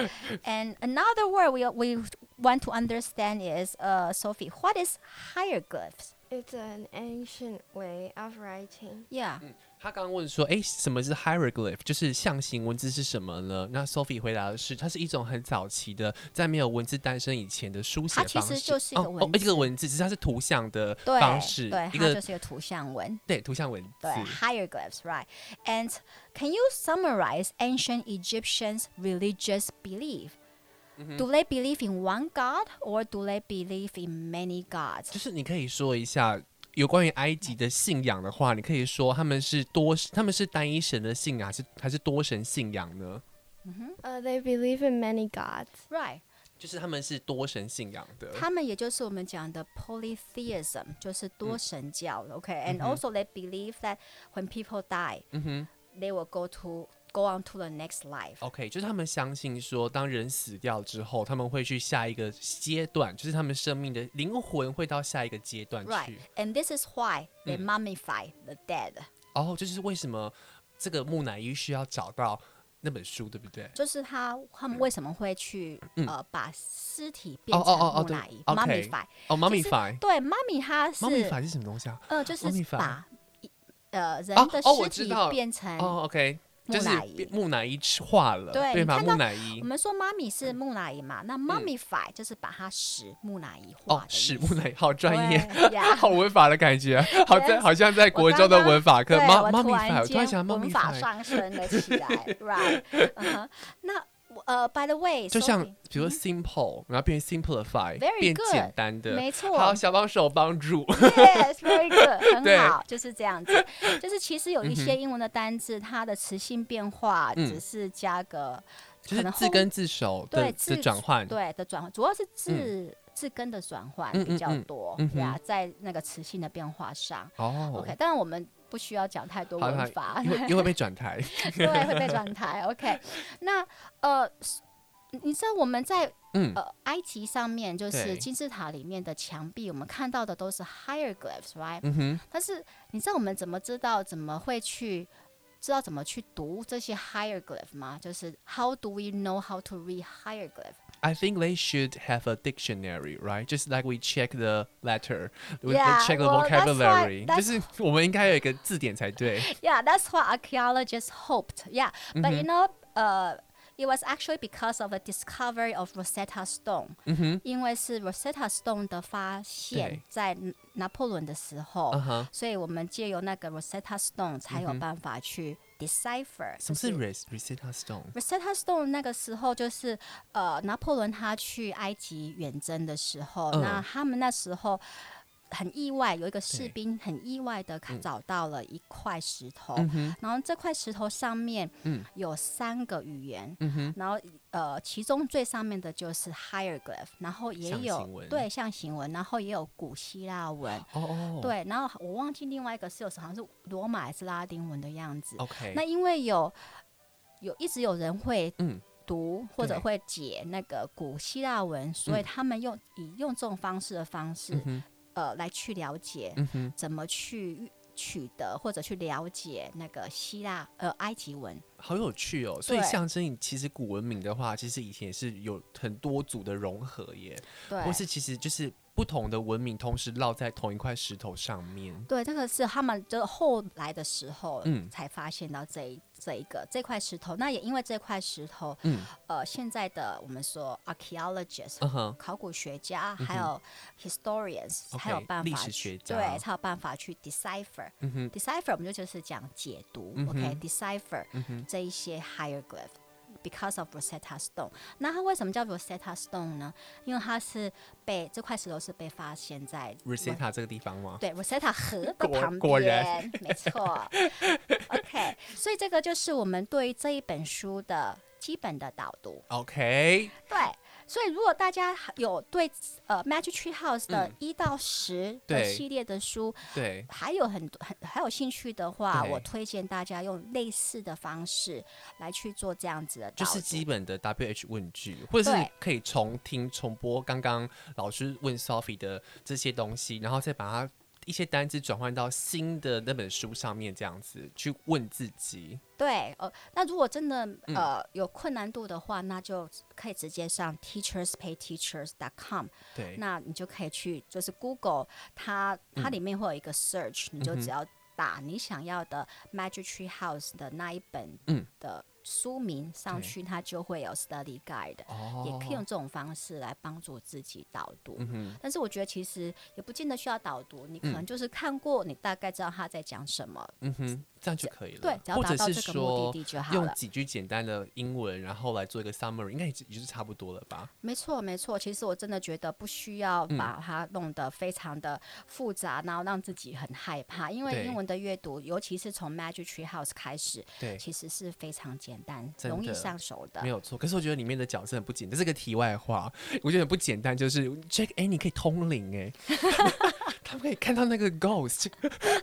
S1: And another word we we want to understand is, uh, Sophie, what is hieroglyphs?
S3: It's an ancient way of writing.
S1: Yeah,
S2: 他刚刚问说，哎，什么是 hieroglyph？就是象形文字是什么呢？那 Sophie 回答的是，它是一种很早期的，在没有文字诞生以前的书写
S1: 它
S2: 方式。
S1: 其实就是一个
S2: 哦哦
S1: 文，字
S2: 一个文字，只是它是图像的
S1: 对
S2: 方式，
S1: 对，
S2: 一
S1: 它
S2: 个
S1: 就是一个图像文。
S2: 对图像文字
S1: 对。hieroglyphs, right? And can you summarize ancient Egyptians' religious belief? Do they believe in one god or do they believe in many
S2: 就
S1: gods?
S2: 是你可以说一下有关于埃及的信仰的话，你可以说他们是多，他们是单一神的信仰，还是还是多神信仰呢？
S3: Uh, they believe in many gods.
S1: Right.
S2: 就是他们是多神信仰的。
S1: 他们也就是我们讲的 polytheism，就是多神教。OK，and、
S2: 嗯哼
S1: also they believe that when people die,
S2: 嗯哼。
S1: they will go to go on to the next life.
S2: OK，就是他们相信说，当人死掉之后，他们会去下一个阶段，就是他们生命的灵魂会到下一个阶段去。
S1: Right. And this is why they mummify the dead.
S2: 然后、这哦就是为什么这个木乃伊需要找到那本书，对不对？
S1: 就是他他们为什么会去、呃把尸体变
S2: 嗯哦
S1: 成
S2: 哦哦哦，
S1: 木
S2: 对
S1: 乃伊、
S2: ，OK
S1: mummify？
S2: 哦
S1: 就是
S2: ，mummify，
S1: 对，妈咪它是
S2: mummify 是什么东西啊？
S1: 呃，就是
S2: mummify
S1: 把一呃人
S2: 啊
S1: 的
S2: 哦我
S1: 尸
S2: 知
S1: 体
S2: 道了
S1: 变成、
S2: 哦，OK，就是
S1: 木乃伊
S2: 变木乃伊化了，
S1: 对
S2: 对
S1: 你
S2: 吧？
S1: 看
S2: 木
S1: 到
S2: 乃伊
S1: 我。们说妈咪
S2: 嗯
S1: 是木乃伊嘛，那 mummify 就是把它使木乃伊化
S2: 哦
S1: 的，意
S2: 是
S1: 思
S2: 木乃伊，好专业，
S1: 对 呀
S2: 好文法的感觉，啊好在
S1: Yes，
S2: 好像在国
S1: 我
S2: 中的
S1: 刚刚
S2: 文法课。
S1: 对，
S2: 妈
S1: 我
S2: 妈
S1: 突
S2: 咪法，
S1: 然
S2: 我突然
S1: 间
S2: 想到妈
S1: 文
S2: 咪
S1: 法
S2: 法，
S1: 上升 了起来，right？嗯哼那我呃，by the way，
S2: 就像
S1: Sophie，
S2: 比如说 simple，、然后变成
S1: 嗯
S2: simplify，
S1: Very
S2: 变
S1: good，
S2: 简单的。
S1: 没错，
S2: 好，小帮手帮助。
S1: Yes, very good，
S2: 对
S1: 很好，就是这样子。就是其实有一
S2: 嗯
S1: 些英文的单字，它的词性变化
S2: 嗯
S1: 只是加个
S2: 就
S1: 可
S2: 是
S1: 能
S2: 字
S1: 后
S2: 根字首的
S1: 对
S2: 的
S1: 字
S2: 转换。
S1: 对的转换，主要是字字根的转换
S2: 嗯嗯
S1: 比较
S2: 嗯
S1: 多
S2: 嗯哼
S1: 呀，在那个词性的变化上。
S2: 哦
S1: OK，当然我们不需要讲太多
S2: 好
S1: 文
S2: 好，
S1: 法
S2: 因，为因为被转台。
S1: 对，会被转台。OK，那呃。你知道我们在
S2: 嗯，
S1: 呃埃及上面，就
S2: 对
S1: 是金字塔里面的墙壁，我们看到的都是 hieroglyphs，right？
S2: 嗯哼，
S1: 但是你知道我们怎么知道怎么会去知道怎么去读这些 hieroglyph 吗？就是 how do we know how to read hieroglyph？
S2: I think they should have a dictionary, right? Just like we check the letter, we
S1: Yeah,
S2: check the
S1: well, that's why-
S2: vocabulary.
S1: that's-
S2: 就是我们应该有一个字典才对。
S1: Yeah, that's what archaeologists hoped. Yeah, but you know, uh, it was actually because of the discovery of Rosetta Stone.
S2: 嗯哼，
S1: 因为是 Rosetta Stone 的发现
S2: 对，
S1: 在拿破仑的时候
S2: 嗯哼
S1: 所以我们借由那个 Rosetta Stone 才有办法去 decipher、
S2: 什么是 res resita stone？
S1: Rosetta Stone 那个时候就是呃，拿破仑他去埃及远征的时候，
S2: 嗯
S1: 那他们那时候很意外，有一个士
S2: 对
S1: 兵很意外的找到了一块石头，
S2: 嗯哼
S1: 然后这块石头上面
S2: 嗯
S1: 有三个语言，
S2: 嗯哼，
S1: 然后呃，其中最上面的就是 hieroglyph，然后也
S2: 象
S1: 有
S2: 形文
S1: 对象形文，然后也有古希腊文，
S2: 哦哦，
S1: 对，然后我忘记另外一个是有好像是罗马还是拉丁文的样子。
S2: ，OK，
S1: 那因为有有一直有人会
S2: 嗯
S1: 读或者
S2: 对
S1: 会解那个古希腊文，所以
S2: 嗯
S1: 他们用以用这种方式的方式、
S2: 嗯哼
S1: 呃来去了解
S2: 嗯哼，
S1: 怎么去取得或者去了解那个希腊呃埃及文。
S2: 好有趣哦。所以
S1: 对
S2: 象征其实古文明的话，其实以前也是有很多组的融合耶，
S1: 对，
S2: 或是其实就是不同的文明同时烙在同一块石头上面。
S1: 对，这个是他们就是后来的时候，
S2: 嗯
S1: 才发现到这一这一个这块石头。那也因为这块石头，
S2: 嗯
S1: 呃，现在的我们说 archaeologists、
S2: 嗯哼，
S1: 考古学家，还
S2: 嗯
S1: 有 historians，、才有
S2: OK，
S1: 办
S2: 历
S1: 法
S2: 史
S1: 去
S2: 学家
S1: 对，才有办法去 decipher。
S2: 嗯哼，
S1: decipher 我们就就是讲解读、
S2: 嗯
S1: o
S2: 哼
S1: k decipher、
S2: 嗯哼，
S1: 这一些 hieroglyph。Because of Rosetta Stone，那它为什么叫 Rosetta Stone 呢？因为它是被这块石头是被发现在
S2: Resita 这个地方吗？
S1: 对，Rosetta 河的
S2: 果
S1: 旁
S2: 果
S1: 边
S2: 然，
S1: 没错。OK，所以这个就是我们对于这一本书的基本的导读。
S2: ，OK，
S1: 对，所以如果大家有对呃 Magic Tree House 的
S2: 嗯
S1: 一到十的
S2: 对
S1: 系列的书、
S2: 对，
S1: 还有很多很还有兴趣的话，
S2: 对
S1: 我推荐大家用类似的方式来去做这样子的
S2: 就
S1: 导读。
S2: 是基本的 W H 问句，或者是
S1: 对
S2: 可以重听重播刚刚老师问 Sophie 的这些东西，然后再把它一些单字转换到新的那本书上面，这样子去问自己。
S1: 对，呃，那如果真的
S2: 嗯
S1: 呃有困难度的话，那就可以直接上 teacherspayteachers.com
S2: 对，嗯
S1: 那你就可以去，就是 Google 它它里面会有一个 search，、你就
S2: 嗯哼
S1: 只要打你想要的 Magic Tree House 的那一本
S2: 嗯
S1: 的书名上
S2: 对
S1: 去，它就会有 study guide，、
S2: 哦
S1: 也可以用这种方式来帮助自己导读。
S2: 嗯哼，
S1: 但是我觉得其实也不见得需要导读，你可
S2: 嗯
S1: 能就是看过，你大概知道他在讲什么，
S2: 嗯哼，这样就可以了。
S1: 对，只要
S2: 啊或
S1: 达
S2: 者
S1: 到
S2: 是
S1: 这个目的
S2: 说
S1: 地就好
S2: 用
S1: 了。
S2: 几句简单的英文，然后来做一个 summary，应该也就也就是差不多了吧？
S1: 没错，没错。其实我真的觉得不需要
S2: 嗯
S1: 把它弄得非常的复杂，然后让自己很害怕，因为
S2: 对
S1: 英文的阅读，尤其是从 Magic Tree House 开始，
S2: 对。
S1: 其实是非常简单、
S2: 真的
S1: 容易上手的
S2: 没。有错，可是我觉得里面的角色很不简单，这是个题外话。我觉得很不简单，就是 Jack，哎，你可以通灵哎， 他们可以看到那个 ghost，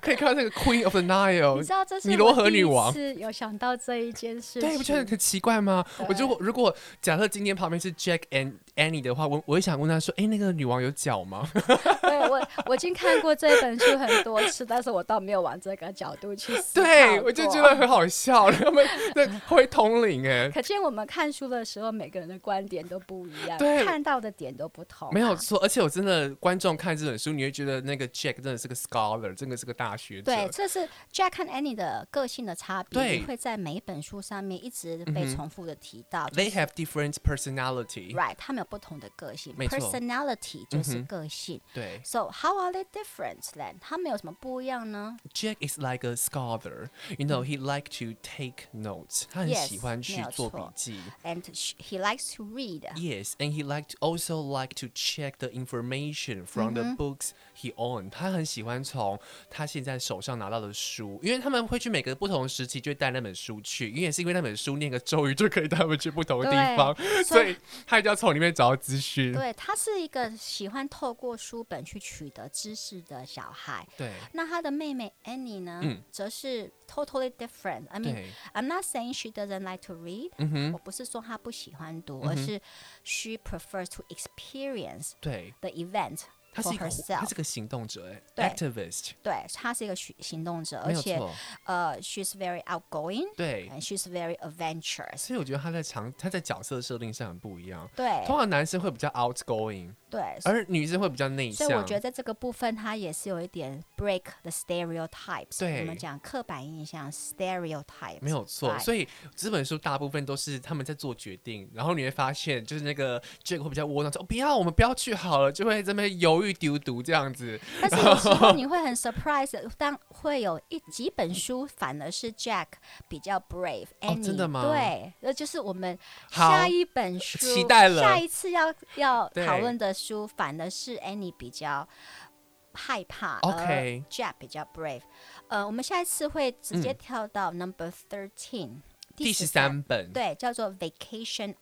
S2: 可以 看到那个 Queen of the
S1: 你
S2: Nile
S1: 知。道这是
S2: 尼罗
S1: 我
S2: 河
S1: 第
S2: 女
S1: 一
S2: 王
S1: 次有想到这一件事
S2: 对，
S1: 情，
S2: 不觉得很奇怪吗？我
S1: 对
S2: 如果如果假设今天旁边是 Jack and Annie 的话，我我也想问他说，哎，那个女王有 脚吗？
S1: 对我我已经看过这本书很多次，但是我倒没有往这个角度去思考
S2: 对，我就
S1: 过
S2: 觉得很好笑，他们那会通灵哎，
S1: 可见我们看书的时候，每个人的观点都不一样，
S2: 对
S1: 看到的点都不同、啊
S2: 没有。错。而且我真的观众看这本书，你会觉得那个 Jack 真的是个 scholar，真的是个大学者。
S1: 对，这是 Jack 和 Annie 的个性的差别，
S2: 对
S1: 你会在每一本书上面一直
S2: 嗯
S1: 被
S2: 哼
S1: 重复的提到。
S2: They have different personality.
S1: Right，他们有不同的个性
S2: 没错
S1: ，personality 就是
S2: 嗯哼
S1: 个性。
S2: 对
S1: So how are they different then？他们有什么不一样呢？
S2: ，Jack is like a scholar. You know, he like to take notes. 他很
S1: Yes，
S2: 喜欢
S1: 没
S2: 去
S1: 有
S2: 做笔
S1: 错
S2: 记。
S1: And sh- he likes to read.
S2: Yes, and he liked also like to check the information from the
S1: Mm-hmm.
S2: books he owned. 他很喜欢从他现在手上拿到的书，因为他们会去每个不同的时期就会带那本书去，因为也是因为那本书念个咒语就可以带他们去不同的
S1: 对
S2: 地方，
S1: 所
S2: 所
S1: 以
S2: 以他一定要从里面找到资讯。
S1: 对他是一个喜欢透过书本去取得知识的小孩。
S2: 对
S1: 那他的妹妹 Annie 呢，
S2: 嗯
S1: 则是 totally different. I mean,
S2: 对，
S1: I'm not saying she doesn't like to read，、
S2: 嗯哼
S1: 我，不是说她不喜欢读，
S2: 嗯
S1: 而
S2: 哼
S1: 是 she prefers to experience
S2: 对
S1: the event。
S2: 他是
S1: for
S2: 一个活他
S1: herself
S2: 是。个行动者哎、
S1: 对
S2: a c t i v i s t
S1: 对，她是一个行行动者，而
S2: 没有
S1: 且
S2: 错，
S1: 呃，she's very outgoing
S2: 对。
S1: and she's very adventurous。
S2: 所以我觉得他在长他在角色设定上很不一样。
S1: 对
S2: 通常男生会比较 outgoing，
S1: 对，
S2: 而女生会比较内
S1: 所
S2: 向。
S1: 以我觉得在这个部分，它也是有一点 break the stereotypes。
S2: 对
S1: 我们讲刻板印象 stereotypes。
S2: 没有错，
S1: Right
S2: 所以这本书大部分都是他们在做决定，然后你会发现，就是那个 Jack 会比较窝囊，说、哦、不要，我们不要去好了，就会这边犹豫丢毒这样子。
S1: 但是有时候你会很 surprise，当 会有一几本书反而是 Jack 比较 brave，
S2: 哦
S1: Annie，
S2: 真的吗
S1: 对，那就是我们
S2: 好
S1: 下一本书
S2: 期待了
S1: 下一次要要
S2: 对
S1: 讨论的书反而是 Annie 比较。害怕
S2: OK
S1: 而 Jack 比较 brave。呃，我们下一次会直接
S2: 嗯
S1: 跳到 number thirteen，、
S2: 第十三本，
S1: 对，叫做 Vacation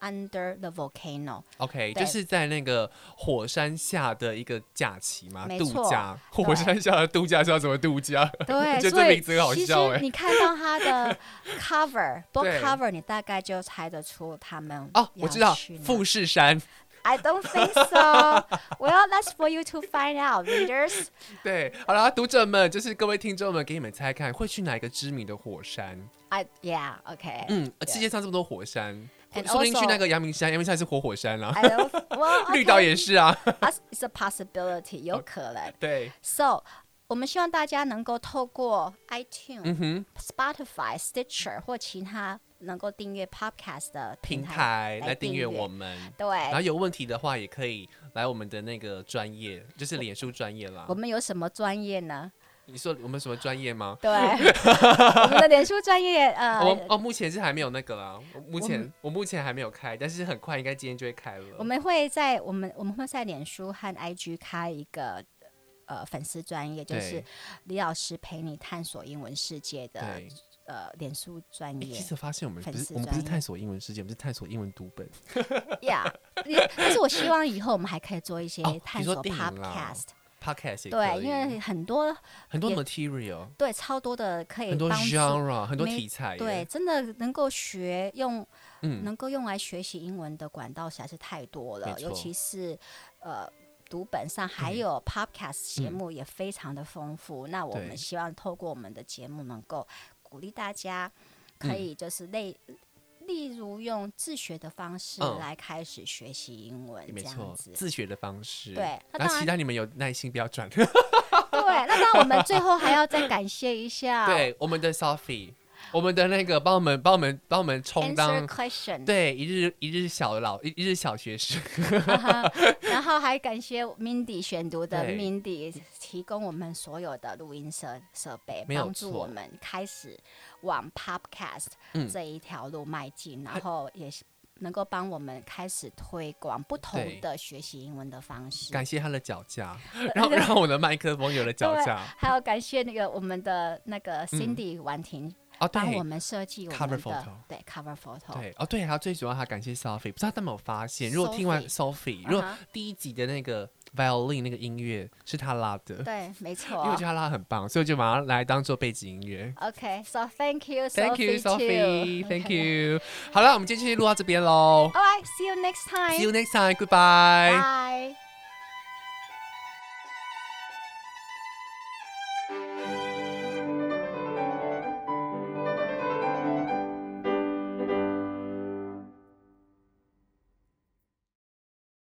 S1: Under the Volcano。
S2: ，OK，
S1: 对
S2: 就是在那个火山下的一个假期嘛，
S1: 没
S2: 度
S1: 错
S2: 假。
S1: 对
S2: 火山下的度假是要怎么度假？
S1: 对，
S2: 觉得
S1: 所
S2: 这
S1: 以
S2: 名字很好笑
S1: 其
S2: 哎
S1: 实你看到它 的 cover book
S2: 对
S1: cover，你大概就猜得出他们
S2: 哦，我知道
S1: 要去哪，
S2: 富士山，
S1: I don't think so. Well, that's for you to find out, readers.
S2: 对，好啦，读者们，就是各位听众们，给你们猜看，会去哪一个知名的火山？
S1: I yeah, okay.
S2: 嗯，呃
S1: 对
S2: 世界上这么多火山，
S1: And
S2: 说不定去
S1: also-
S2: 那个阳明山，阳明山也是活火山啦、啊
S1: I don't. Well,
S2: 绿岛
S1: okay,
S2: 也是啊，
S1: that's- It's a possibility，有可能。
S2: 对，
S1: So，我们希望大家能够透过 iTunes、
S2: 嗯哼，
S1: Spotify、Stitcher 或其他能够订阅 Podcast 的
S2: 平
S1: 台。
S2: 台
S1: 来
S2: 来订
S1: 订
S2: 阅
S1: 阅哎
S2: 我们，然后
S1: 对，
S2: 有问题的话也可以来我们的那个专业，就是脸书专业啦
S1: 我。们有什么专业呢？
S2: 你说我们什么专业吗？
S1: 对，我们的脸书专业呃，
S2: 我哦，目前是还没有那个啦，我目前我目前还没有开，但是很快应该今天就会开了。
S1: 我们会在我们我们会在脸书和 IG 开一个呃粉丝专业，就
S2: 对
S1: 是李老师陪你探索英文世界的
S2: 对，
S1: 呃脸书专
S2: 诶
S1: 业
S2: 哎其实发现我们不
S1: 粉
S2: 是
S1: 丝
S2: 我们不是
S1: 专业
S2: 探索英文世界，我们是探索英文读本。
S1: ，Yeah。但是我希望以后我们 还可以做一些
S2: 哦
S1: 探
S2: 比如
S1: 索
S2: 说电影啦
S1: podcast，、
S2: Podcast 也可
S1: 对，
S2: 以
S1: 因为很多
S2: 很多
S1: 也
S2: material，
S1: 对超多的可以
S2: 很多
S1: 帮助，
S2: genre，很多
S1: 没
S2: 题材耶。
S1: 对，真的能够学用
S2: 嗯，
S1: 能够用来学习英文的管道实在是太多
S2: 没
S1: 了，
S2: 错嗯
S1: 尤其是呃读本上还
S2: 对
S1: 有 podcast 节目也非常的丰富。那我
S2: 嗯对
S1: 们希望透过我们的节目，能够鼓励大家可
S2: 嗯
S1: 以就是类。例如用自学的方式
S2: 嗯
S1: 来开始学习英文，
S2: 没
S1: 这
S2: 错
S1: 样，子。
S2: 自学的方式。
S1: 对那
S2: 然
S1: 当
S2: 后期
S1: 然
S2: 待你们有耐心，不要转。
S1: 对，那当然我们最后还要再感谢一下
S2: 对，我们的 Sophie，我们的那个帮我们帮我们帮我们充
S1: Answer
S2: 当
S1: Question，
S2: 对一日一日小老一一日小学生，
S1: 然后还感谢 Mindy 选读的
S2: 对
S1: Mindy 提供我们所有的录音设设备，
S2: 没有
S1: 帮助
S2: 错
S1: 我们开始往 Podcast
S2: 嗯
S1: 这一条路迈进，然后也是能够帮我们开始推广不
S2: 对
S1: 同的学习英文的方式。
S2: 感谢他的脚架，让让我的麦克风有了脚
S1: 对
S2: 架。
S1: 还有感谢那个我们的那个 Cindy 婉婷
S2: 哦，
S1: 帮我
S2: 对。
S1: 们设计我
S2: 嗯 cover
S1: 们
S2: photo
S1: 的对 cover photo，
S2: 对哦，对，还有最主要还感谢 Sophie，不知道他们有发现，如果听完 Sophie，如果
S1: 啊哈
S2: 第一集的那个 violin 那个音乐是他拉的，因
S1: 对，没
S2: 为
S1: 错
S2: 我觉得。他拉得很棒，所以我就把它来当做背景音乐。
S1: OK, so thank you,
S2: Thank you,
S1: Sophie.
S2: Sophie. Thank you. 好了，我们今天就录到这边喽。
S1: All right, see you next time.
S2: See you next time. Goodbye.
S1: Bye.